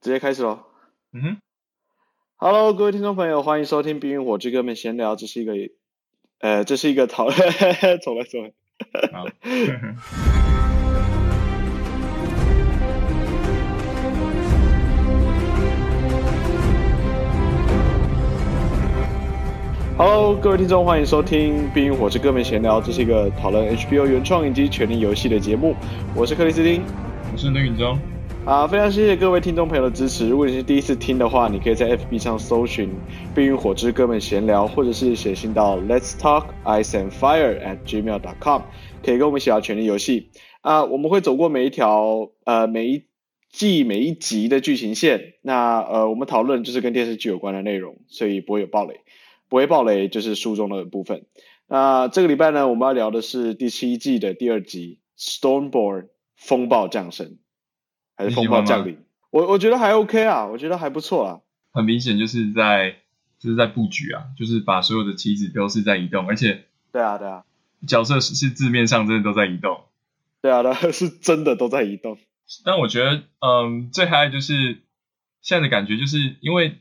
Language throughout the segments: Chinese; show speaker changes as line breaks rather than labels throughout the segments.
直接开始喽。
嗯哼，
Hello，各位听众朋友，欢迎收听《避孕火之歌们闲聊》，这是一个，呃，这是一个讨论， 重来重来。
好，
Hello，各位听众，欢迎收听《避孕火之歌们闲聊》，这是一个讨论 HBO 原创影集《权力游戏》的节目，我是克里斯汀。
我是吕允中。
啊，非常谢谢各位听众朋友的支持。如果你是第一次听的话，你可以在 FB 上搜寻“避孕火之哥们闲聊”，或者是写信到 Let's Talk Ice and Fire at gmail.com，可以跟我们一起聊权力游戏。啊，我们会走过每一条呃每一季每一集的剧情线。那呃，我们讨论就是跟电视剧有关的内容，所以不会有暴雷，不会暴雷就是书中的部分。那这个礼拜呢，我们要聊的是第七季的第二集《Stormborn》风暴降生，还是
你喜
风暴
欢吗
降临？我我觉得还 OK 啊，我觉得还不错啊。
很明显就是在就是在布局啊，就是把所有的棋子都是在移动，而且
对啊，对啊，
角色是是字面上真的都在移动。
对啊，对啊，是真的都在移动。
但我觉得，嗯，最嗨的就是现在的感觉，就是因为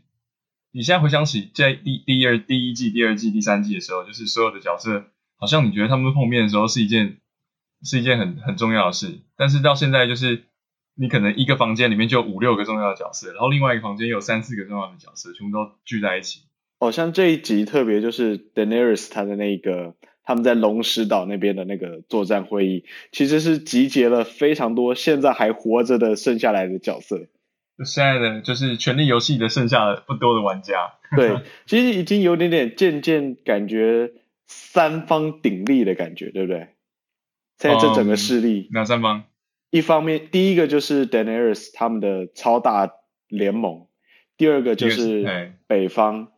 你现在回想起在第第二、第一季、第二季、第三季的时候，就是所有的角色，好像你觉得他们碰面的时候是一件是一件很很重要的事，但是到现在就是你可能一个房间里面就有五六个重要的角色，然后另外一个房间有三四个重要的角色，全部都聚在一起。
哦，像这一集特别就是 Daenerys 她的那个他们在龙石岛那边的那个作战会议，其实是集结了非常多现在还活着的剩下来的角色。
就现在的就是《权力游戏》的剩下的不多的玩家，
对，其实已经有点点渐渐感觉三方鼎立的感觉，对不对？现在这整个势力
哪三方？
一方面，第一个就是 Daenerys 他们的超大联盟，第二个就
一个是
是
哎
北方，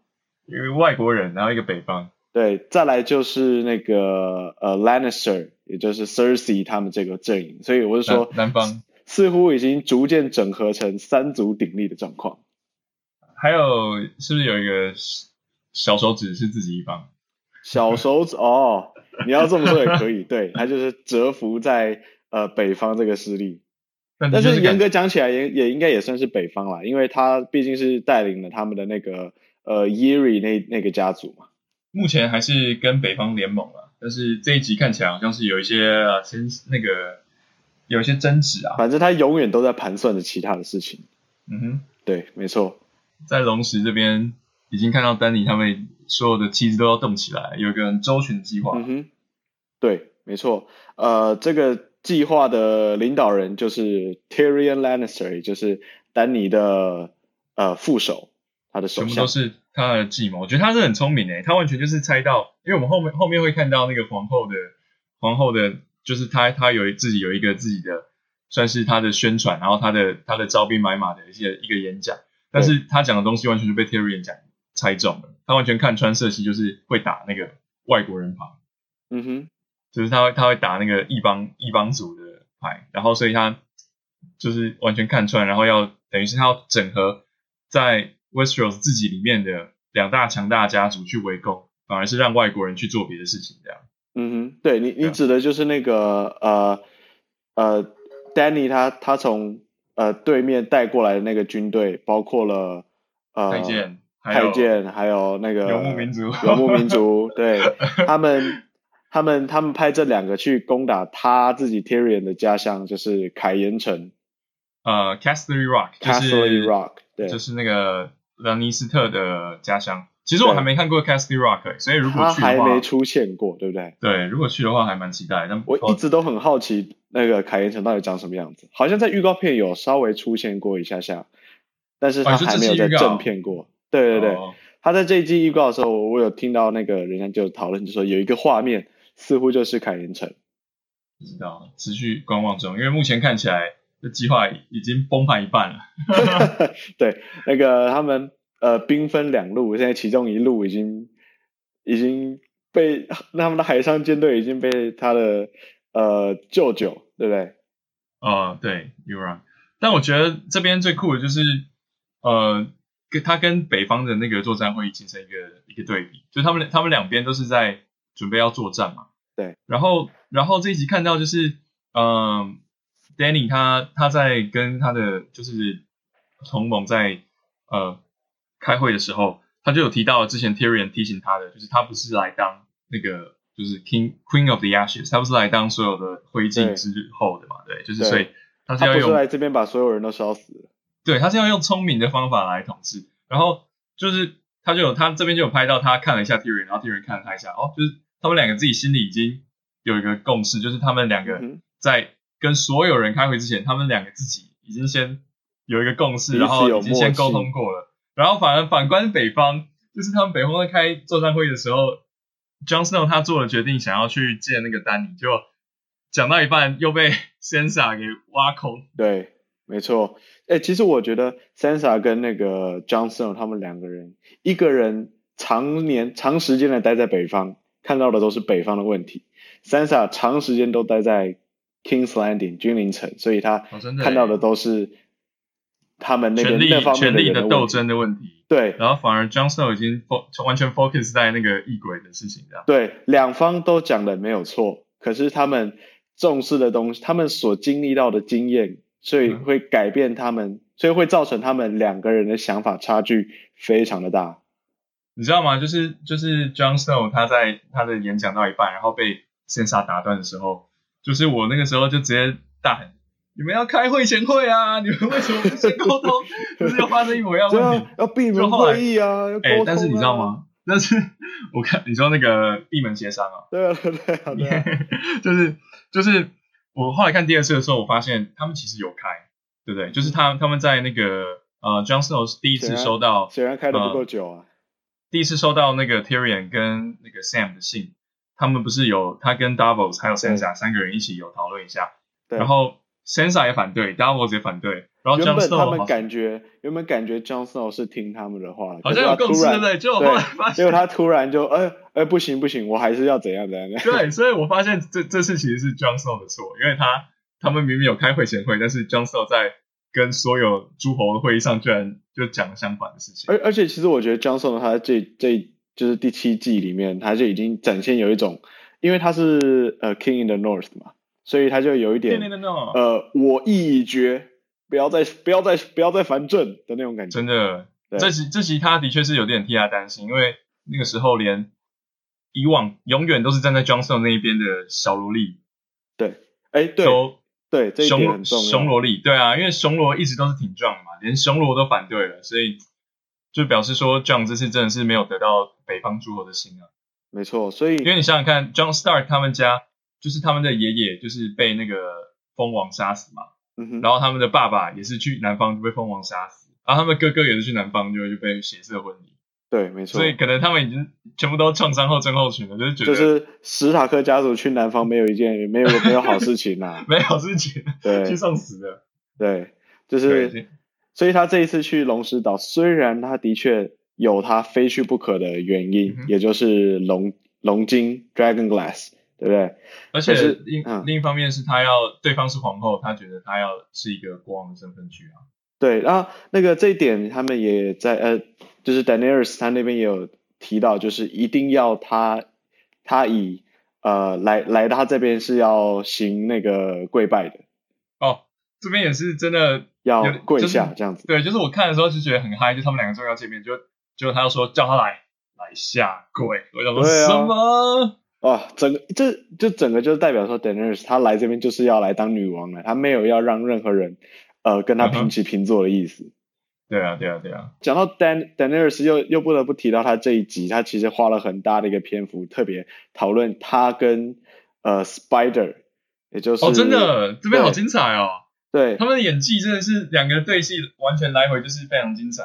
一个外国人，然后一个北方。
对，再来就是那个呃 Lannister，也就是 Cersei 他们这个阵营，所以我是说
南南方
似乎已经逐渐整合成三足鼎立的状况。
还有是不是有一个小手指是自己一方？
小手指哦，你要这么说也可以，对，他就是蛰伏在呃北方这个势力，
但
但
就是
严
感
格讲起来也也应该也算是北方啦，因为他毕竟是带领了他们的那个呃 Yeri 那那个家族嘛。
目前还是跟北方联盟啊，但是这一集看起来好像是有一些呃先那个有一些争执啊。
反正他永远都在盘算着其他的事情。
嗯哼，
对，没错，
在龙石这边已经看到丹尼他们所有的棋子都要动起来，有一个很周全的计划。
嗯哼，对，没错。呃，这个计划的领导人就是 Tyrion Lannister，也就是丹尼的呃副手，他的
全
手
部
下
都。是他的计谋。我觉得他是很聪明欸诶，他完全就是猜到，因为我们后面后面会看到那个皇后的皇后的，就是他他有自己有一个自己的，算是他的宣传，然后他的他的招兵买马的一些一个演讲，但是他讲的东西完全就被 Tyrion 讲猜中了，他完全看穿色系，就是会打那个外国人牌，
嗯哼，
就是他会他会打那个一帮一帮组的牌，然后所以他就是完全看穿，然后要等于是他要整合在 Westeros 自己里面的两大强大家族去围攻，反而是让外国人去做别的事情这样。
嗯哼，对你，你
对啊
指的就是那个呃呃，Danny 他他从呃对面带过来的那个军队，包括了呃
太监，还有
太监，还有那个
游牧民族
游牧民 族，对他们，他们，他们派这两个去攻打他自己 Tyrion 的家乡，就是凯岩城
呃 Castery Rock，就是
Castle Rock，对，
就是那个兰尼斯特的家乡。其实我
对
还没看过 Castery Rock，、所欸以如果
他
去的话，
还没出现过，对不对？
对，如果去的话还蛮期待。但
我一
哦
直都很好奇那个凯岩城到底长什么样子，好像在预告片有稍微出现过一下下，但是
哦
他
你说
还
这
没
季
有在
预告
正片过。对对对，
哦
他在这一季预告的时候，我我有听到那个人家就讨论，就说有一个画面似乎就是凯岩城。
不知道，持续观望中，因为目前看起来这计划已经崩盘一半了。
对，那个他们呃兵分两路，现在其中一路已经已经被他们的海上舰队已经被他的呃舅舅，对不对？
呃，对 y o u r on。但我觉得这边最酷的就是，呃，跟他跟北方的那个作战会议形成一个一个对比，就他们他们两边都是在准备要作战嘛。
对。
然后然后这一集看到就是，嗯、d a n n y 他他在跟他的就是同盟在呃开会的时候，他就有提到之前 Tyrion 提醒他的，就是他不是来当那个就是 King Queen of the Ashes，他不是来当所有的灰烬
对
之后的嘛，对，就是
对
所以他是
他
要
不是
用
来这边把所有人都烧死的，
对，他是要用聪明的方法来统治。然后就是他就有他这边就有拍到他看了一下 Tyrion，然后 Tyrion 看了他一下，哦，就是他们两个自己心里已经有一个共识，就是他们两个
嗯
在跟所有人开会之前，他们两个自己已经先有一个共识，
彼此
然后
有
已经先
默契
沟通过了。然后反而反观北方，就是他们北方在开座谈会的时候，Jon Snow 他做了决定，想要去见那个丹尼，就讲到一半又被 Sansa 给挖空，
对，没错。哎，其实我觉得 Sansa 跟那个 Johnson 他们两个人，一个人常年长时间的待在北方，看到的都是北方的问题；Sansa 长时间都待在 King's Landing 君临城，所以他
哦真的耶
看到的都是他们那
权
边
力
那方面
权
的
力
人
的
问
斗
题。
争的嗯问题。
对，
然后反而 Jon Snow 已经 fo 完全 focus 在那个异鬼的事情上。
对，两方都讲的没有错，可是他们重视的东西，他们所经历到的经验，所以
嗯
会改变他们，所以会造成他们两个人的想法差距非常的大。
你知道吗？就是就是 Jon Snow 他在他的演讲到一半，然后被线杀打断的时候，就是我那个时候就直接大喊：“你们要开会前会啊！你们为什么不先沟通？” 就是又发生一模一样的
对
问题
啊。，要避
就
免
后来
会议啊，要沟
哎、
通、啊
但是你知道？吗？但是 我看你说那个闭门协商啊，
对啊，对啊，对啊，对 啊
就是就是我后来看第二次的时候，我发现他们其实有开，对不对？就是他他们在那个呃，Jon Snow 第一次
显然
收到
显然开的不够
呃
久啊。
第一次收到那个 Tyrion 跟那个 Sam 的信，他们不是有他跟 Davos 还有 Sansa 三个人一起有讨论一下，
对
然后 Sansa 也反对，Davos 也反对，然后
原
Jon
本他
Snow 好
们
像
感觉，原本感觉 Jon Snow 是听他们的话的，
好
可是
像
他
有共
突
识，对
然
不对？结果
对
后来发
结果
现，
他突然就，哎哎，不行不行，我还是要怎样怎样怎样。
对，所以我发现这这次其实是 Jon Snow 的错，因为他他们明明有开会前会，但是 Jon Snow 在跟所有诸侯的会议上居然就讲了相反的事情。
而而且其实我觉得 Johnson 他在这这就是第七季里面，他就已经展现有一种，因为他是呃 King in the North 嘛，所以他就有一
对
点
对对对，
呃我意已决，不要再不要再不要再烦政的那种感觉。
真的，
对
这集这集他的确是有点替他担心，因为那个时候连以往永远都是站在 Jon Snow 那一边的小萝莉
哎，对
都
对，这一点
熊
很重
熊
要。
萝莉，对啊，因为熊罗一直都是挺 Jon 的嘛，连熊罗都反对了，所以就表示说 Jon 这次真的是没有得到北方诸侯的心啊。
没错，所以
因为你想想看，John Stark 他们家就是他们的爷爷就是被那个蜂王杀死嘛，
嗯哼，
然后他们的爸爸也是去南方就被蜂王杀死，然后他们哥哥也是去南方就就被血色婚礼，
对，没错
所，以可能他们已经全部都创伤后症候群了，就是觉得、
就是史塔克家族去南方没有一件没有没有好事情 呐、
没有事情去
对
送死的，
对，就是
对，
所以他这一次去龙石岛，虽然他的确有他非去不可的原因，
嗯哼
也就是龙龙晶 （Dragon Glass），对不对？
而且
可是
另、
嗯
另一方面是他要对方是皇后，他觉得他要是一个国王的身份去啊，
对，然后那个这一点他们也在呃，就是 Daenerys 他那边也有提到，就是一定要他他以呃来来他这边是要行那个跪拜的，
哦，这边也是真的有
要
点
跪
就是
下这样子。
对，就是我看的时候就觉得很嗨，就他们两个终于要见面，就就他又说叫他来来下跪，我想说
对啊
什么？
哦，整个这就整个就是代表说，Daenerys 她来这边就是要来当女王了，她没有要让任何人呃跟她
嗯哼
平起平坐的意思。
对啊，对啊，对啊，
讲到 Dan Daenerys 又又不得不提到她这一集，她其实花了很大的一个篇幅，特别讨论她跟呃 Spider，也就是
哦，真的，这边好精彩哦！
对
他们的演技真的是两个对戏完全来回，就是非常精彩，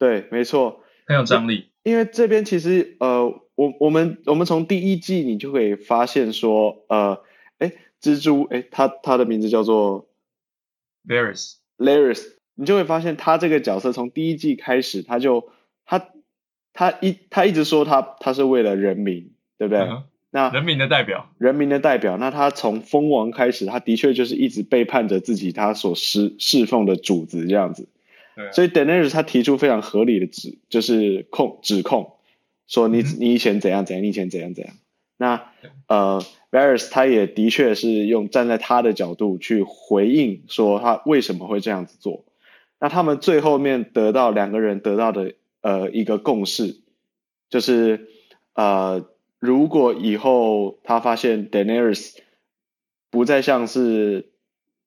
对，没错，
很有张力。
因为这边其实呃，我我们我们从第一季你就可以发现说呃，哎，蜘蛛哎，他他的名字叫做
Varys，
Laris，你就会发现他这个角色从第一季开始，他就他他一他一直说他他是为了人民，对不对？
嗯
那
人民的代表，
人民的代表，那他从蜂王开始，他的确就是一直背叛着自己他所侍侍奉的主子这样子。
对啊，
所以 Daenerys 他提出非常合理的指，就是控指控，说你、
嗯哼
你以前怎样怎样，你以前怎样怎样。那呃，Varys 他也的确是用站在他的角度去回应，说他为什么会这样子做。那他们最后面得到两个人得到的呃一个共识，就是呃，如果以后他发现 Daenerys 不再像是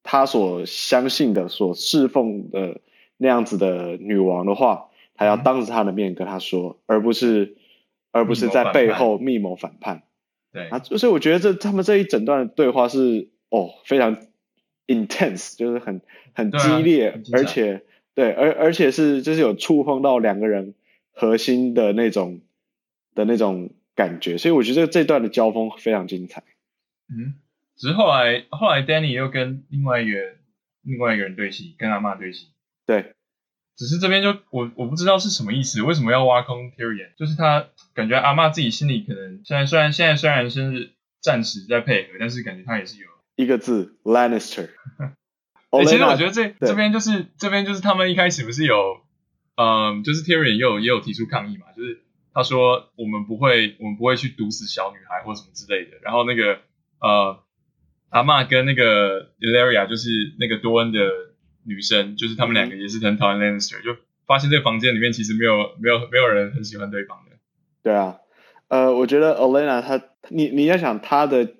他所相信的、所侍奉的那样子的女王的话，他要当着他的面跟他说，而不是而不是在背后密谋反叛
对嗯
啊。所以我觉得这他们这一整段的对话是哦非常 intense，就是很很
对啊
激烈，
很精彩
而且对，而而且是就是有触碰到两个人核心的那种的那种感觉，所以我觉得这段的交锋非常精彩。
嗯，只是后来后来 Danny 又跟另外一个另外一个人对戏，跟阿嬷对戏。
对，
只是这边就我我不知道是什么意思，为什么要挖空 Tyrion？就是他感觉阿嬷自己心里可能虽然虽然现在虽然是暂时在配合，但是感觉他也是有。
一个字 Lannister。
欸其实
Olenna
我觉得这
哦对
这边就是这边就是他们一开始不是有，嗯，就是 Tyrion 也有也有提出抗议嘛，就是他说我们不会我们不会去毒死小女孩或什么之类的。然后那个呃阿嬷跟那个 Ilaria 就是那个多恩的女生，就是他们
嗯
两个也是很讨厌 Lannister，就发现这个房间里面其实没有没有没有人很喜欢对方的。
对啊，呃，我觉得 Olena 她，你你要想她的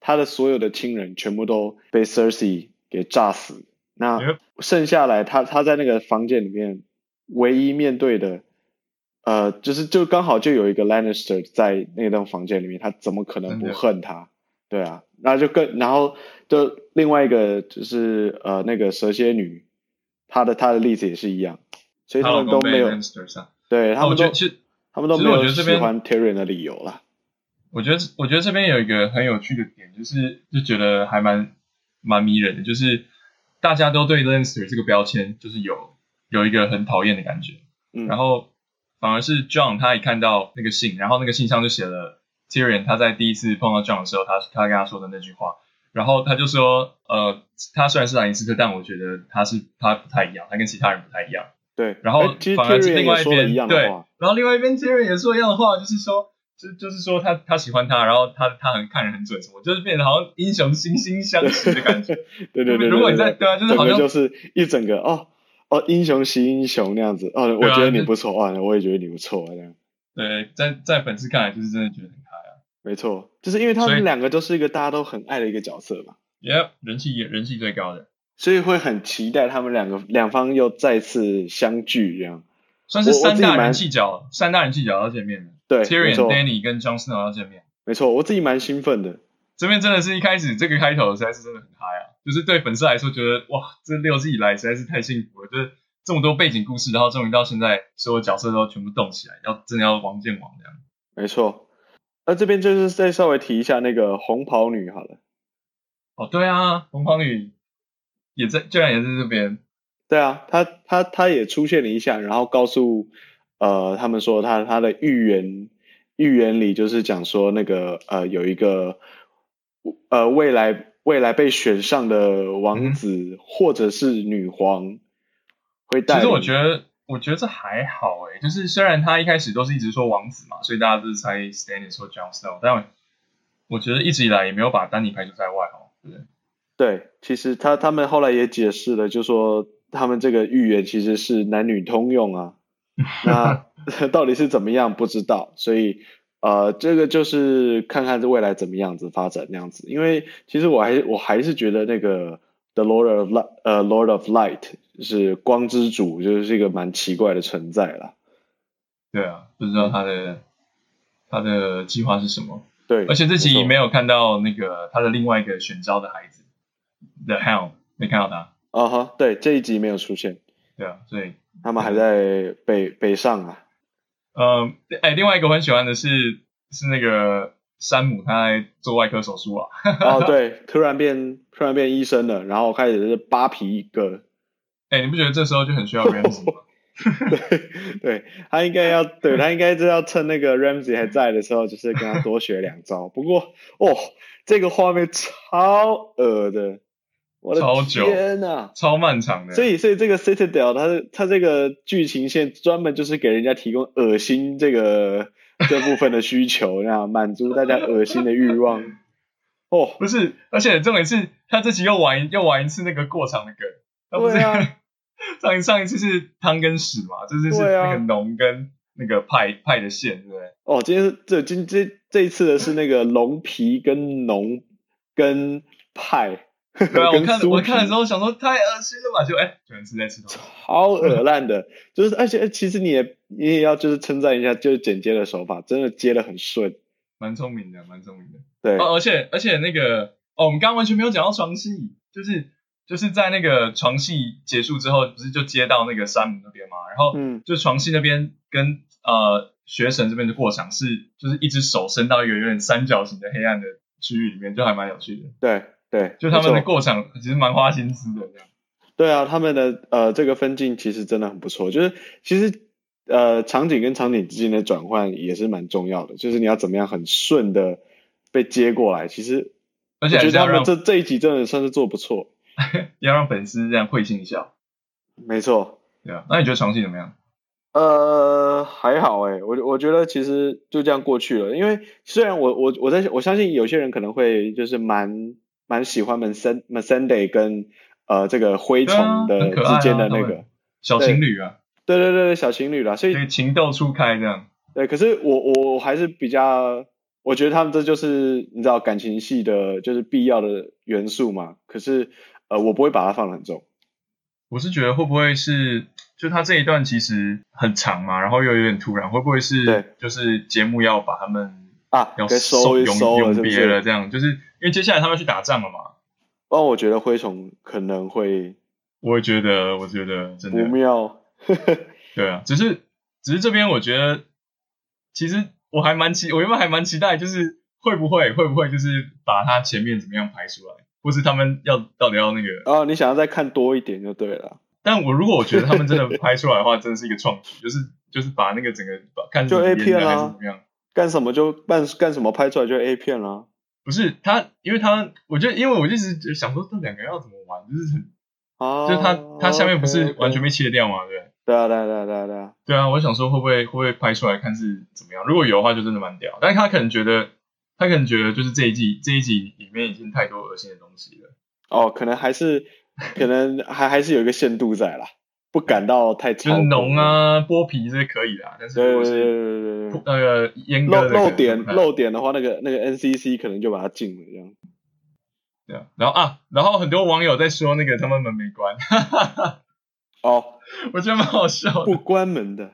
她的所有的亲人全部都被 Cersei 给炸死，那
Yep
剩下来她她在那个房间里面唯一面对的，呃，就是就刚好就有一个 Lannister 在那栋房间里面，她怎么可能
真
不
的
恨他？对啊，那就更然后就另外一个就是呃那个蛇蝎女，她的她的例子也是一样，所以
她
他
老
们
公
都
被
没有
Lannister 杀。
对
啊
他
我
们
觉
都
得其实
他们都
其
没
实我
有
觉得这
喜
边
欢 Tyrion 的理由啦。
我觉得这我觉得这边有一个很有趣的点，就是就觉得还蛮蛮迷人的，就是大家都对 Lancer 这个标签就是有有一个很讨厌的感觉，
嗯，
然后反而是 John 他一看到那个信，然后那个信上就写了 Tyrion 他在第一次碰到 John 的时候，他他跟他说的那句话，然后他就说呃，他虽然是莱因斯特，但我觉得他是他不太一样，他跟其他人不太一样。
对，
然后
哎其实
反而是
Tyrion
另外
也
一
说了一
边
样
对，
的话，
然后另外一边 Terry 也说一样的话，就是说，就就是说他他喜欢他，然后他他很看人很准什么，就是变得好像英雄惺惺相惜的感觉。
对对对对，
如果你
对
在
对
对啊，就是
整
好
个
像
就是一整个哦哦，英雄惜英雄那样子哦，我
对啊
觉得你
就
不错啊，我也觉得你不错啊，这样
对，在在粉丝看来就是真的觉得很嗨啊。
没错，就是因为他
所以
们两个都是一个大家都很爱的一个角色嘛，
Yep，人气人气最高的，
所以会很期待他们两个两方又再次相聚这样。
算是
我我自
三
己
大人
蛮
气角，三大人气角要见面了。
对，没
Tyrion、
错
Danny 跟 Jon Snow 要见面。
没错，我自己蛮兴奋的，
这边真的是一开始这个开头实在是真的很嗨啊！就是对粉丝来说，觉得哇，这六季以来实在是太幸福了，就是这么多背景故事，然后终于到现在，所有角色都全部动起来，要真的要王见王这样。
没错。那这边就是再稍微提一下那个红袍女好了，
哦，对啊，红袍女也在，居然也在这边。
对啊，她她她也出现了一下，然后告诉呃他们说她她的预言预言里就是讲说那个呃有一个呃未来未来被选上的
嗯
王子、或者是女皇会带
其
领。
实我觉得，我觉得这还好诶，就是虽然他一开始都是一直说王子嘛，所以大家都是猜 Stannis 或 Jon Snow，但我觉得一直以来也没有把丹尼排除在外哦，对不对？
对，其实他他们后来也解释了，就说他们这个预言其实是男女通用 啊。那 到底是怎么样不知道，所以呃，这个就是看看这未来怎么样子发展那样子。因为其实我还我还是觉得那个 The Lord of Light，呃，Lord of Light 就是光之主，就是一个蛮奇怪的存在啦。
对啊，不知道他的他的计划是什么。
对，
而且这集没
有
有看到那个他的另外一个选招的孩子，The Hound，没看到他。
啊哈，对，这一集没有出现，
对啊，所以，
他们还在北北上啊。
嗯，哎，另外一个我很喜欢的是是那个山姆，他在做外科手术啊。
哦，对，突 然变突然变医生了，然后开始是扒皮一个，
哎，你不觉得这时候就很需要 Ramsey 吗？
对，对他应该要，对他应该是要趁那个 Ramsey 还在的时候，就是跟他多学两招。不过，哦，这个画面超恶的，我的
超久
天呐！
超漫长的。
所以，所以这个 Citadel 它的它这个剧情线专门就是给人家提供恶心这个这部分的需求，那样满足大家恶心的欲望。哦，
不 是，而且重点是他这集又玩一又玩一次那个过场的梗。他不是
对啊
上一上一次是汤跟屎嘛，这次是
对啊
那个浓跟那个派派的馅，对不对？
哦，今天是这今这这一次的是那个龙皮跟浓跟派，
对啊，我
跟
看
酥
我看的
皮
时候想说太恶心了吧，就哎，居然是在吃东西。
超恶烂的，就是而且其实你也你也要就是称赞一下，就是剪接的手法真的接的很顺，
蛮聪明的，蛮聪明的。
对，
哦，而且而且那个哦，我们刚刚完全没有讲到床戏，就是就是在那个床戏结束之后，不是就接到那个山姆那边嘛，然后
嗯
就床戏那边跟呃学神这边的过场是，就是一只手伸到一个有点三角形的黑暗的区域里面，就还蛮有趣的。
对对，
就他们
没
的
错
过场其实蛮花心思的，这样。
对啊，他们的呃这个分镜其实真的很不错，就是其实呃场景跟场景之间的转换也是蛮重要的，就是你要怎么样很顺的被接过来，其实
而
我
且还
觉
是
得
要
他
让
们这这一集真的算是做得不错，
要让粉丝这样会心一笑，
没错。
对吧、那你觉得床戏怎么样？
呃，还好诶，我我觉得其实就这样过去了。因为虽然我我我在我相信有些人可能会就是蛮蛮喜欢 m a s m a s e n d a 跟呃这个灰
对啊
虫的
很可爱啊
之间的
他
那
们
个，
小情侣啊，
对对对对小情侣啦。所以
对，情窦初开这样。
对，可是我我我还是比较，我觉得他们这就是你知道感情戏的就是必要的元素嘛。可是呃，我不会把它放得很重。
我是觉得会不会是，就他这一段其实很长嘛，然后又有点突然，会不会
对
是就是节目要把他们
啊
要
给收一
送永
收了
永
是不
别
是
了这样？就是因为接下来他们要去打仗了嘛，
不然我觉得灰虫可能会
我也觉得，我觉得真
不
的
妙。
对啊，只是只是这边我觉得，其实我还蛮期，我原本还蛮期待，就是会不会会不会就是把他前面怎么样排出来，或是他们要到底要那个
哦，你想要再看多一点就对了，
但我如果我觉得他们 真的拍出来的话，真的是一个创举，就是就是把那个整个把看是
就 A
怎么样
片啊
还是怎么样，
干什么就干干什么，拍出来就 A 片啦。
不是他，因为他我觉得，因为我一直想说这两个人要怎么玩，就是很
啊，
就是他他下面不是
OK，OK
完全被切掉嘛，对不对
对啊对啊对啊对啊对啊，
对啊，我想说会不会会不会拍出来看是怎么样，如果有的话就真的蛮屌，但是他可能觉得他可能觉得就是这一季这一集里面已经太多恶心的东西了，
哦，可能还是可能还还是有一个限度在啦，不敢到太
就
超
是
过
浓，啊剥皮这可以啦，但是
对
如
对对
果是
对对对对，
那个阉
漏
割的可能
漏
就
点
不太好
漏点的话，那个那个 NCC 可能就把它禁了这样。
对啊，然后啊，然后很多网友在说那个他们门没关，
哦，
我觉得蛮好笑的，
不关门的，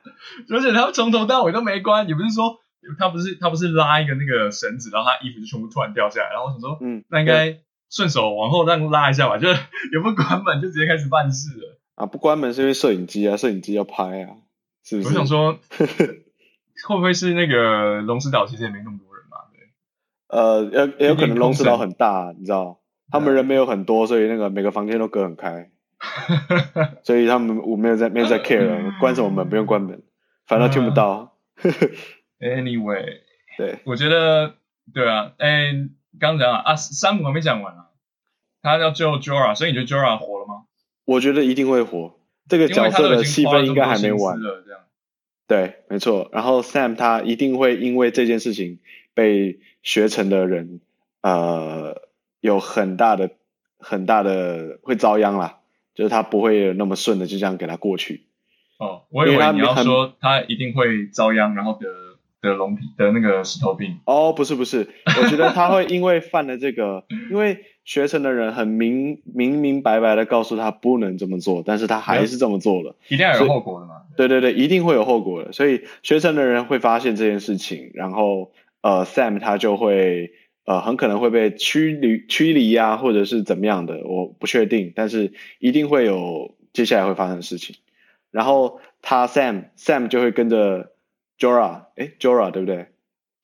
而且他们从头到尾都没关，也不是说他不是他不是拉一个那个绳子，然后他衣服就全部突然掉下来，然后我想说，
嗯，
那应该顺手往后让拉一下吧，就是 也不关门就直接开始办事了。
啊，不关门是因为摄影机啊，摄影机要拍啊，是不
我
是？
想说，会不会是那个龙石岛其实也没那么多人嘛？对，
呃，也也有可能
空
龙之岛
城
很大，你知道，他们
对啊
人没有很多，所以那个每个房间都隔很 开，所以他们我没有在没有在 care，关什么门不用关门，反正听不到。
Anyway，
对，
我觉得对啊，哎，刚刚讲啊，啊，山姆还没讲完啊，他要救 Jora，所以你觉得 Jora 活了吗？
我觉得一定会火，这个
因
角
为他
色
都
的
已
戏
经花
份
了
应
这么
该
多
还没
心思
完。
了，这样。
对，没错。然后 Sam 他一定会因为这件事情被学成的人呃有很大的很大的会遭殃啦，就是他不会那么顺的就这样给他过去。
哦，我以
因为他
为你要
很
说他一定会遭殃，然后得得龙皮得那个石头病。
哦，不是不是，我觉得他会因为犯了这个，因为学成的人很明明明白白的告诉他不能这么做，但是他还是这么做了。
一定要
所
有
以
后果的嘛。
对对对，一定会有后果的。所以学成的人会发现这件事情，然后呃，Sam 他就会呃很可能会被驱离驱离呀、或者是怎么样的，我不确定，但是一定会有接下来会发生的事情。然后他 Sam Sam 就会跟着 Jora，哎 Jora 对不对？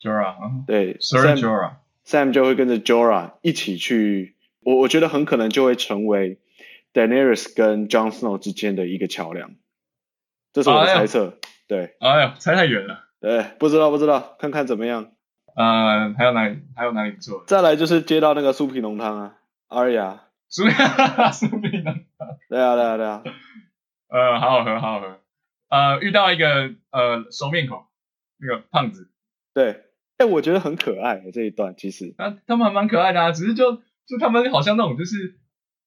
Jora，嗯
对
Sir
Sam-
Jora，
Sam 就会跟着 Jorah 一起去，我我觉得很可能就会成为 Daenerys 跟 Jon Snow 之间的一个桥梁，这是我的
哎呦
猜测。对，
哎呀，猜太远了。
对，不知道不知道，看看怎么样。
呃，还有哪里？还有哪里不错的？
再来就是接到那个酥皮浓汤啊，阿雅，
苏 苏病呢？
对啊对啊对啊，
呃，好好喝，好好喝。呃，遇到一个呃熟面孔，那个胖子，
对，哎，我觉得 很可爱这一段其实，
他他们还蛮可爱的啊，只是就就他们好像那种就是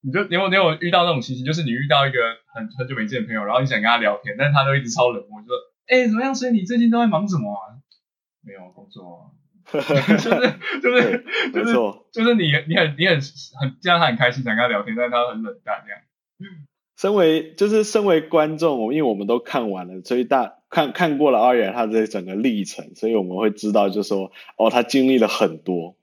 你就你有你有遇到那种情形，就是你遇到一个很很久没见的朋友，然后你想跟他聊天，但是他都一直超冷漠，就说：“哎、怎么样？所以你最近都在忙什么啊？”没有工作、啊， 就是就是
没
就是
错。
就是你你很你很很，这样他很开心想跟他聊天，但是他很冷淡这样。
身为就是身为观众，我们因为我们都看完了，所以大看看过了阿远他的整个历程，所以我们会知道，就是说哦，他经历了很多。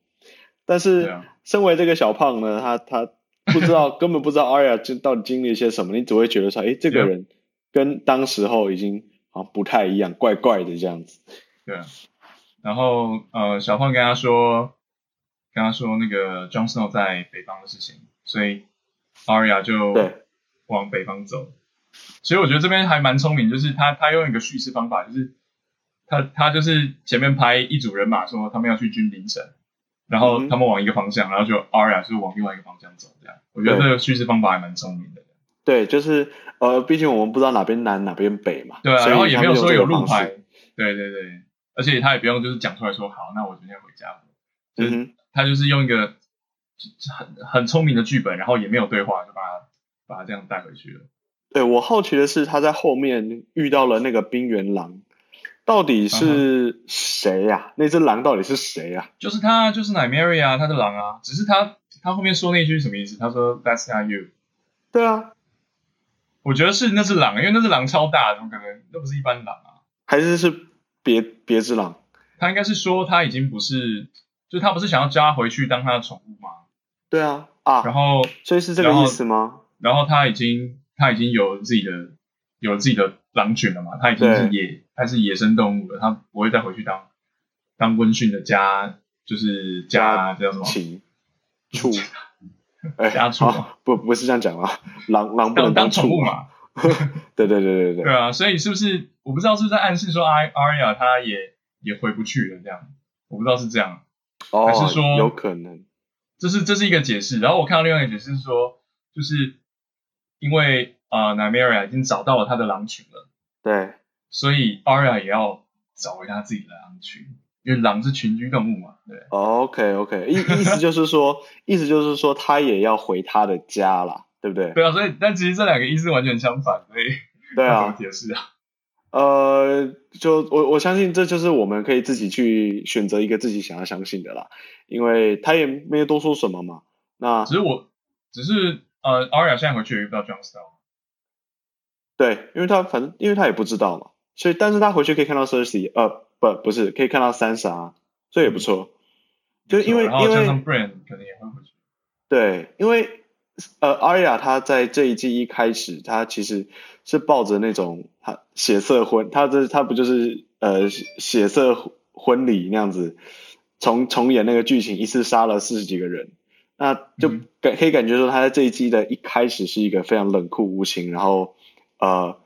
但
对
是
啊
身为这个小胖呢，他他不知 道，根本不知道阿雅经到底经历了些什么，你只会觉得说，哎，这个
Yeah
人跟当时候已经好像不太一样，怪怪的这样子。
对啊，然后呃，小胖跟他说，跟他说那个 Jon Snow 在北方的事情，所以 Arya 就
对
往北方走。其实我觉得这边还蛮聪明，就是他他用一个叙事方法，就是他他就是前面拍一组人马说他们要去君临城，然后
嗯哼
他们往一个方向，然后就 Arya 就往另外一个方向走，这样我觉得
对
这个叙事方法还蛮聪明的。
对，就是呃，毕竟我们不知道哪边南哪边北嘛，
对啊，
所以
然后也
他
没
们
有说
这
有
个方
路
式
牌，对对对，而且他也不用就是讲出来说好，那我今天回家，就是
嗯
他就是用一个很很聪明的剧本，然后也没有对话，就把他把他这样带回去了。
对我好奇的是，他在后面遇到了那个冰原狼，到底
嗯
是谁呀、那只狼到底是谁呀、
就是他就是奶 Mary 啊，他的狼啊，只是他他后面说那句是什么意思？他说 That's not you。
对啊，
我觉得是那只狼，因为那只狼超大，怎么可能？那不是一般狼啊。
还是是别别只狼？
他应该是说他已经不是，就是他不是想要叫他回去当他的宠物吗？
对啊
然
啊，
后
所以是这个
然后
意思吗？
然后他已经他已经有自己的有自己的狼群了嘛，他已经是
对
野他是野生动物了，他不会再回去当当温驯的家，就是家叫什么
禽畜，哎，
家畜啊
好不不是这样讲啊，狼狼不
当
能
当
畜
宠物。嘛，
对对对对对
对啊，所以是不是我不知道是不是在暗示说阿阿瑞亚他也也回不去了这样，我不知道是这样，
哦，
还是说
有可能？
这是这是一个解释，然后我看到另外一个解释是说，就是因为啊 n a m e r i a 已经找到了他的狼群了。
对
所以 Aria 也要找回他自己的狼群，因为狼是群居动物嘛，对不对，
，OK OK，意意思就是说，意思就是说他也要回他的家啦，对不对？
对啊，所以但其实这两个意思完全相反，所以
对
要
啊
怎么，解释啊？
呃，就我我相信这就是我们可以自己去选择一个自己想要相信的啦，因为他也没有多说什么嘛。那
只是我只是呃，Aria 现在回去也遇不到 Jon Snow，
对，因为他反正因为他也不知道嘛，所以但是他回去可以看到 Cersei，呃，不不是可以看到三傻啊，这也不错。就因为
嗯然后
因为
加上 Bran 可能也会回去，
对，因为呃，Arya 她在这一季一开始，她其实是抱着那种她血色婚，她这她不就是呃血色婚礼那样子，重重演那个剧情，一次杀了四十几个人，那就
嗯
感可以感觉说她在这一季的一开始是一个非常冷酷无情，然后呃。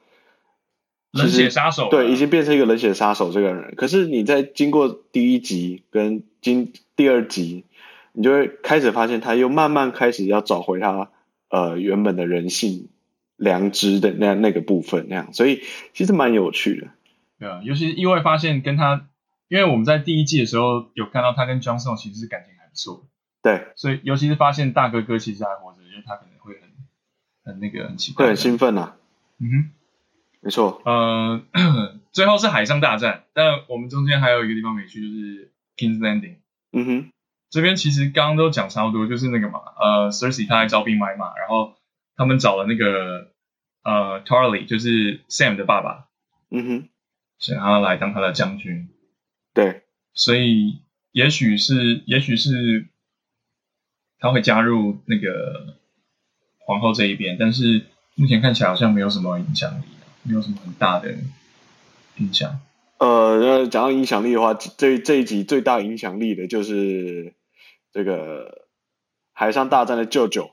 冷
其实
血杀手啊
对，已经变成一个冷血杀手这个人。可是你在经过第一集跟今第二集，你就会开始发现他又慢慢开始要找回他呃原本的人性、良知的那那个部分那样，所以其实蛮有趣的。
对啊，尤其是意外发现跟他，因为我们在第一季的时候有看到他跟 Jon Snow 其实是感情还不错，
对，
所以尤其是发现大哥哥其实还活着，就是他可能会很很那个很奇怪
会
的，
很兴奋啊，
嗯哼。
没错。
呃， 最后是海上大战，但我们中间还有一个地方没去，就是 King's Landing。
嗯哼，
这边其实刚刚都讲差不多，就是那个嘛，呃，Cersei 她在招兵买马，然后他们找了那个呃 Tarly，就是 Sam 的爸爸，
嗯哼，
想要来当他的将军，
对，
所以也许是，也许是他会加入那个皇后这一边，但是目前看起来好像没有什么影响力，没有什么很大的影响。
呃，那讲到影响力的话，这这这一集最大影响力的就是这个海上大战的舅舅，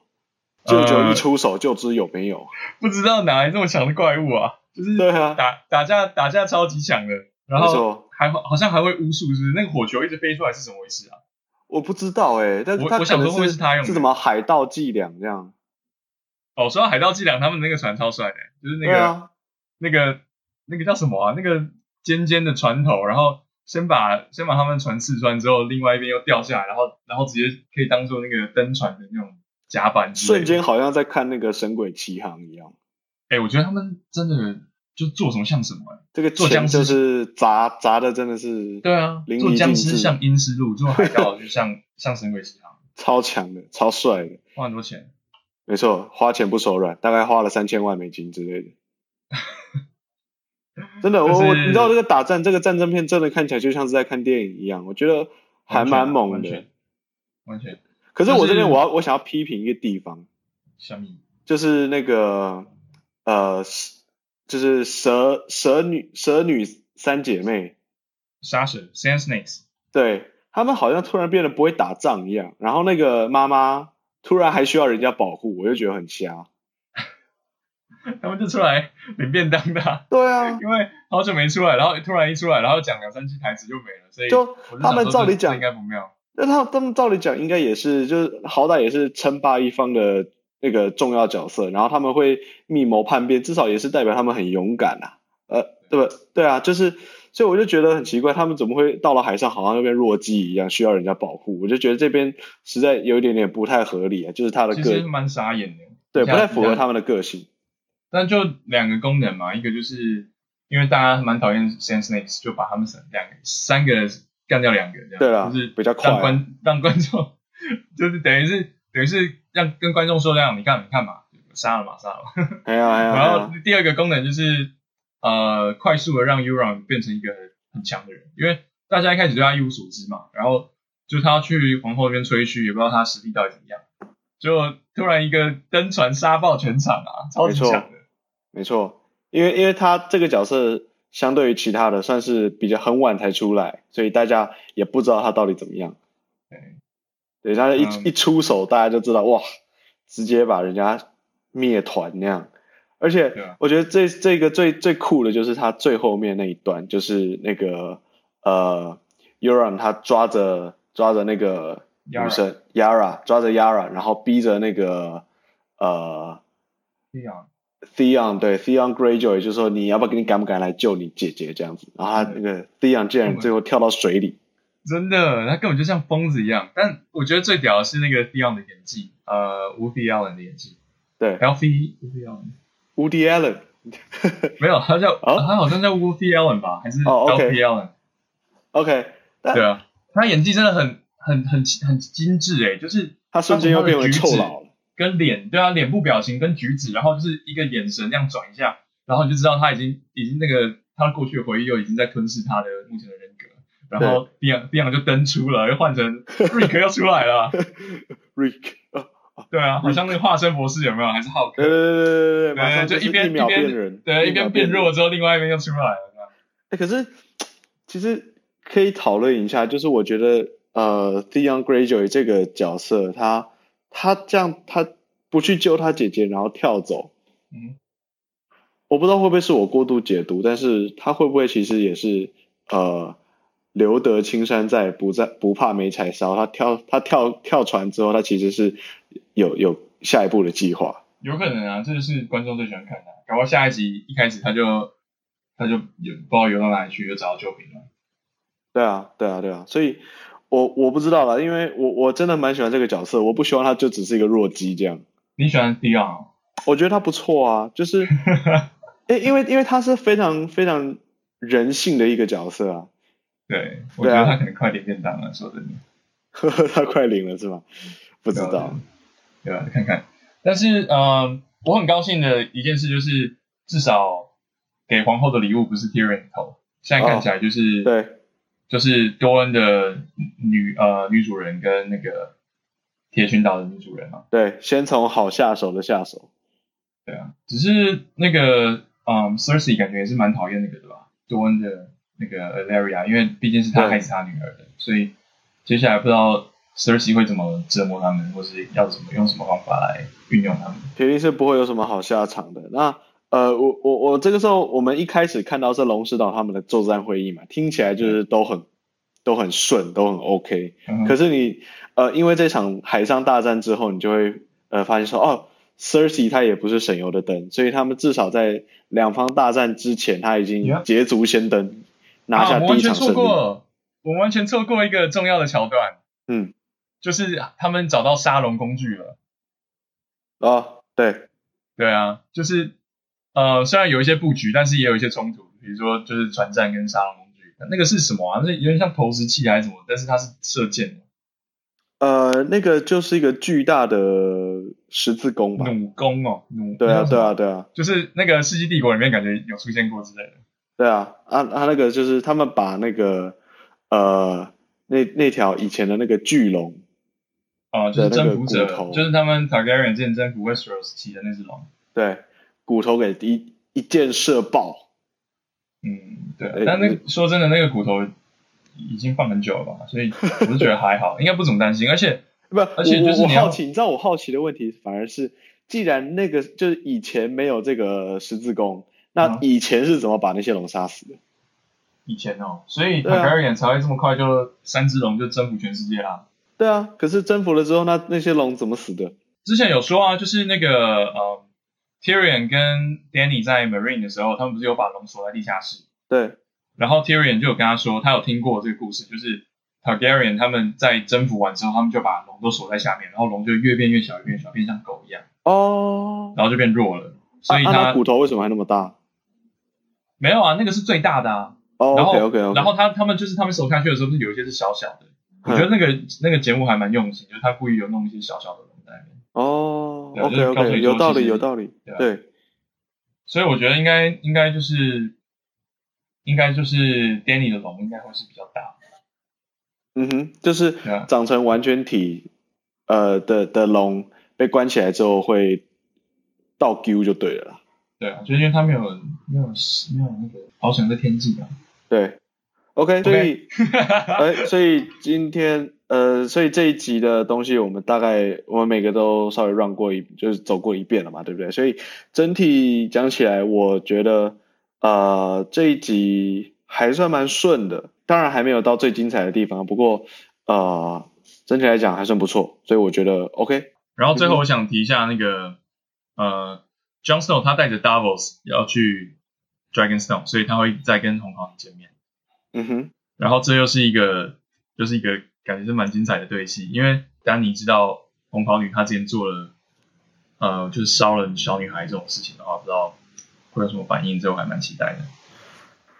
舅舅一
呃
出手就知有没有。
不知道哪来这么强的怪物啊！就是
对啊
打打架打架超级强的，然
没
后
错
还好像还会巫术，是不是？那个火球一直飞出来是什么回事啊？
我不知道哎、但是
我
他
我
可
想
能
说会不会是他用的
是什么海盗伎俩这样？
哦，说到海盗伎俩，他们那个船超帅的，就是那
对
个、
啊，
那个那个叫什么啊？那个尖尖的船头，然后先把先把他们船刺穿之后，另外一边又掉下来，然后然后直接可以当做那个登船的那种甲板之类
瞬
的
间好像在看那个《神鬼奇航》一样。
哎、我觉得他们真的就做什么像什么、欸。
这个
做
钱
僵尸
就是砸砸的，真的是
对啊，
淋
做
漓
僵
尽
尸
致，
像阴尸路，做海盗就像 像神鬼奇航，
超强的，超帅的。
花很多钱。
没错，花钱不手软，大概花了三千万美金之 类的。真的，我
就是
我你知道这个打战，这个战争片真的看起来就像是在看电影一样，我觉得还蛮猛
完
的
全。，完全
可是
就是
我这边我要我想要批评一个地方，
虾米
就是那个呃，就是蛇蛇女蛇女三姐妹，
杀手 Sand Snakes，
对他们好像突然变得不会打仗一样，然后那个妈妈突然还需要人家保护，我就觉得很瞎。
他们就出来 领便当的啊、
对啊，
因为好久没出来，然后突然一出来，然后讲两三句台词就没了，所以
就
我想说
他们
这
照理讲
这应该不妙。
那他他们照理讲应该也是，就是好歹也是称霸一方的那个重要角色，然后他们会密谋叛变，至少也是代表他们很勇敢啊，呃，对吧？对啊，就是，所以我就觉得很奇怪，他们怎么会到了海上好像又变弱鸡一样，需要人家保护？我就觉得这边实在有一点点不太合理啊，就是他的
其实
个
蛮傻眼的，
对
一
不
下
太符合
一下
他们的个性。
但就两个功能嘛，一个就是因为大家蛮讨厌 Sand Snakes，就把他们三两个三个干掉两个这样，
对啦
就是
比较快啊
让观让观众 就是等于是等于是让跟观众说这样，你看你看嘛，杀了嘛杀了嘛。
哎呀哎呀，哎
然
呀
后第二个功能就是呃快速的让 Uran 变成一个很强的人，因为大家一开始对他一无所知嘛，然后就他去皇后那边吹嘘，也不知道他实力到底怎么样，就突然一个登船杀爆全场啊，超级
没错
强的。
没错，因为因为他这个角色相对于其他的算是比较很晚才出来，所以大家也不知道他到底怎么样。
对，
对，他一、
嗯
一出手，大家就知道哇，直接把人家灭团那样。而
对啊
且我觉得这这个最最酷的就是他最后面那一段，就是那个呃 u r a n 他抓着抓着那个女
Yara
生 Yara，抓着 Yara，然后逼着那个呃
对啊，
Theon 对 Theon Greyjoy 就说你要不要你敢不敢来救你姐姐这样子，然后他那个 Theon 竟然最后跳到水里，
真的，他根本就像疯子一样。但我觉得最屌的是那个 Dion 的演技，呃，Woody Allen 的演技
对
，Alfie Woody Allen
，Woody Allen
没有，他叫、
哦
他好像叫 Woody Allen 吧，还是
哦，OK
Alfie Allen？、
OK，但
对啊，他演技真的很很很很精致诶、就是
他瞬间又变为
他从
臭
他的
老了。
跟脸，对啊，脸部表情跟举止，然后就是一个眼神那样转一下，然后你就知道他已经已经那个他过去的回忆又已经在吞噬他的目前的人格。然后 Dion Dion 就登出了，又 换成 Rick 又出来了。
Rick，呃
对啊，好像那个化身博士有没有？还是浩克？
对对对对对，
对
马上
就是一边
秒
一边
变人，
对，一
秒
边变弱。之后，另外一边又出来了。
哎，可是其实可以讨论一下，就是我觉得呃，Theon Greyjoy 这个角色，他他这样他不去救他姐姐，然后跳走，
嗯，
我不知道会不会是我过度解读，但是他会不会其实也是呃。留得青山在，不在不怕没柴烧。他跳他跳跳船之后，他其实是有有下一步的计划。
有可能啊，这就是观众最喜欢看的啊。搞不好下一集一开始他就他就有不知道游到哪里去，就找到救兵了。
对啊，对啊，对啊，所以我我不知道了，因为我我真的蛮喜欢这个角色，我不希望他就只是一个弱鸡这样，
你喜欢 Dion？
我觉得他不错啊，就是因因为因为他是非常非常人性的一个角色啊，
对，我
对
觉
啊
得他可能快点便当了，说真的。
他快领了是吗？不知道，
啊对吧？看看。但是，呃，我很高兴的一件事就是，至少给皇后的礼物不是 Tyrion 头，现在看起来就是、
哦对，
就是多恩的女呃女主人跟那个铁群岛的女主人嘛，
对，先从好下手的下手，
对啊，只是那个嗯 Cersei 感觉也是蛮讨厌那个的吧，多恩的那个 Alaria，因为毕竟是他
对
害死他女儿的，所以接下来不知道 Cersei 会怎么折磨他们，或是要怎么用什么方法来运用他们。
铁定是不会有什么好下场的。那呃，我我我这个时候，我们一开始看到是龙石岛他们的作战会议嘛，听起来就是都很都很顺，都很 OK。
嗯
可是你呃，因为这场海上大战之后，你就会呃发现说，哦，Cersei 他也不是省油的灯，所以他们至少在两方大战之前，他已经
Yeah
捷足先登拿
啊、
下
我
第
完
一
全
场胜
错
利。
过，我完全错过一个重要的桥段，
嗯，
就是他们找到沙龙工具了。
啊，对，
对啊，就是呃，虽然有一些布局，但是也有一些冲突，比如说就是船战跟沙龙工具，那个是什么啊？那有点像投石器还是什么？但是它是射箭的
呃，那个就是一个巨大的十字弓吧？
弩弓哦，弩
对啊，对啊，，对啊，
就是那个《世纪帝国》里面感觉有出现过之类的。
对啊，啊啊，那个就是他们把那个呃那那条以前的那个巨龙，
哦、就是
对那个
征服者
骨，头
就是他们 Targaryen 剑征服 Westeros 骑的那只龙。
对，骨头给一一箭射爆，
嗯，对啊
哎。
但那个说真的，那个骨头已经放很久了吧，所以我是觉得还好，应该不怎么担心。而且
不，
而且就是
我我我
你要
好奇，你知道我好奇的问题反而是，既然那个就是以前没有这个十字弓，那
嗯
以前是怎么把那些龙杀死的？
以前哦，所以
对啊
Targaryen 才会这么快就三只龙就征服全世界啦。
对啊，可是征服了之后，那那些龙怎么死的？
之前有说啊，就是那个呃，Tyrion 跟 Danny 在 Marine 的时候，他们不是有把龙锁在地下室？
对，
然后 Tyrion 就有跟他说，他有听过这个故事，就是 Targaryen 他们在征服完之后，他们就把龙都锁在下面，然后龙就越变越小，越变越小，变像狗一样，
哦，
然后就变弱了。所以
啊
他、
啊、那骨头为什么还那么大？
没有啊，那个是最大的啊。
哦
然后
，OK OK OK，
然后他他们就是他们手下去的时候，不是有一些是小小的。
嗯
我觉得那个那个节目还蛮用心，就是他故意有弄一些小小的龙在里面，
哦
对
，OK
就是告诉
OK，
你
有
说
道
其
理
实
有道理，
对啊
对，
所以我觉得应该应该就是应该就是 Danny 的龙应该会是比较大，
嗯哼，就是
对啊
长成完全体，呃的的龙被关起来之后会倒丢就对了啦，
对啊，就是因为他没有没有没有那个翱翔在天际啊，
对，OK，所以哎，所以今天呃，所以这一集的东西我们大概我们每个都稍微 run 过一，就是走过一遍了嘛，对不对？所以整体讲起来，我觉得呃这一集还算蛮顺的，当然还没有到最精彩的地方，不过呃整体来讲还算不错，所以我觉得 OK。
然后最后我想提一下那个呃，Jon Snow 他带着 Davos 要去 Dragonstone，所以他会再跟红袍女见面。
嗯哼，
然后这又是一个就是一个感觉是蛮精彩的对戏，因为丹尼知道红袍女她之前做了呃就是烧了小女孩这种事情的话，不知道会有什么反应，这我还蛮期待的。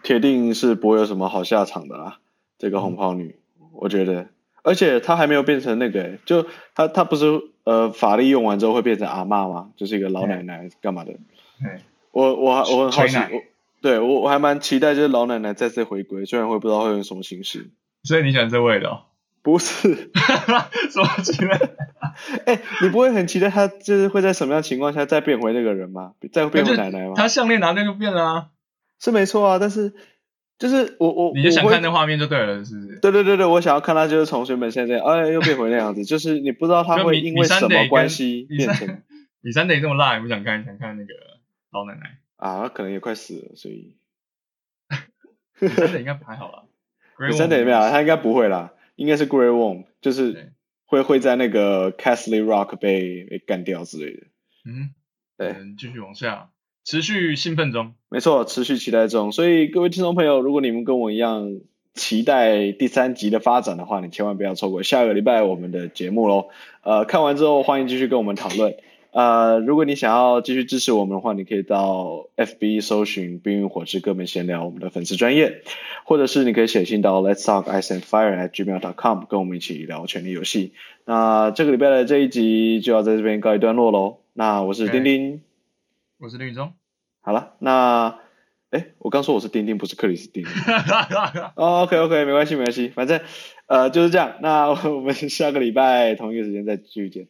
铁定是不会有什么好下场的啦。这个红袍女，我觉得，而且她还没有变成那个、欸就她她不是呃法力用完之后会变成阿嬷吗？就是一个老奶奶干嘛的？
对，
我我还我很好奇，
吹嗯奶
我对我我还蛮期待就是老奶奶再次回归，虽然我也不知道会用什么形式。
所以你喜欢这味的、哦？
不是，
什么之类的？
哎、你不会很期待她就是会在什么样的情况下再变回那个人吗？再变回奶奶吗？
她项链拿掉就变了、啊，
是没错啊，但是就是我我
你就想
我会
看那画面就对了，是不是？
对对对对，我想要看他就是从原本现在这样，哎，又变回那样子，就是你不知道他
就
会
米
因
米
为
山
什
得
么
跟
关系
米
变
山
成
李三得这么辣，也不想看，想看那个老奶奶。
啊，可能也快死了，所以
李三得应该还好啦。
你真的有没有啊？他应该不会啦，应该是 Grey Worm，就是
对
会会在那个 Castle Rock 被被干掉之类的。
嗯，
对
我们继续往下，持续兴奋中。
没错，持续期待中。所以各位听众朋友，如果你们跟我一样期待第三集的发展的话，你千万不要错过下个礼拜我们的节目喽。呃，看完之后欢迎继续跟我们讨论。呃，如果你想要继续支持我们的话，你可以到 FB 搜寻“冰与火之歌们闲聊”我们的粉丝专业，或者是你可以写信到 Let's Talk Ice and Fire at gmail.com 跟我们一起聊权力游戏。那这个礼拜的这一集就要在这边告一段落喽。那我是
OK
丁丁。
我是林宇中。
好了，那哎，我刚说我是丁丁，不是克里斯丁。 哦，OK OK，没关系没关系，反正呃就是这样。那我们下个礼拜同一个时间再继续见，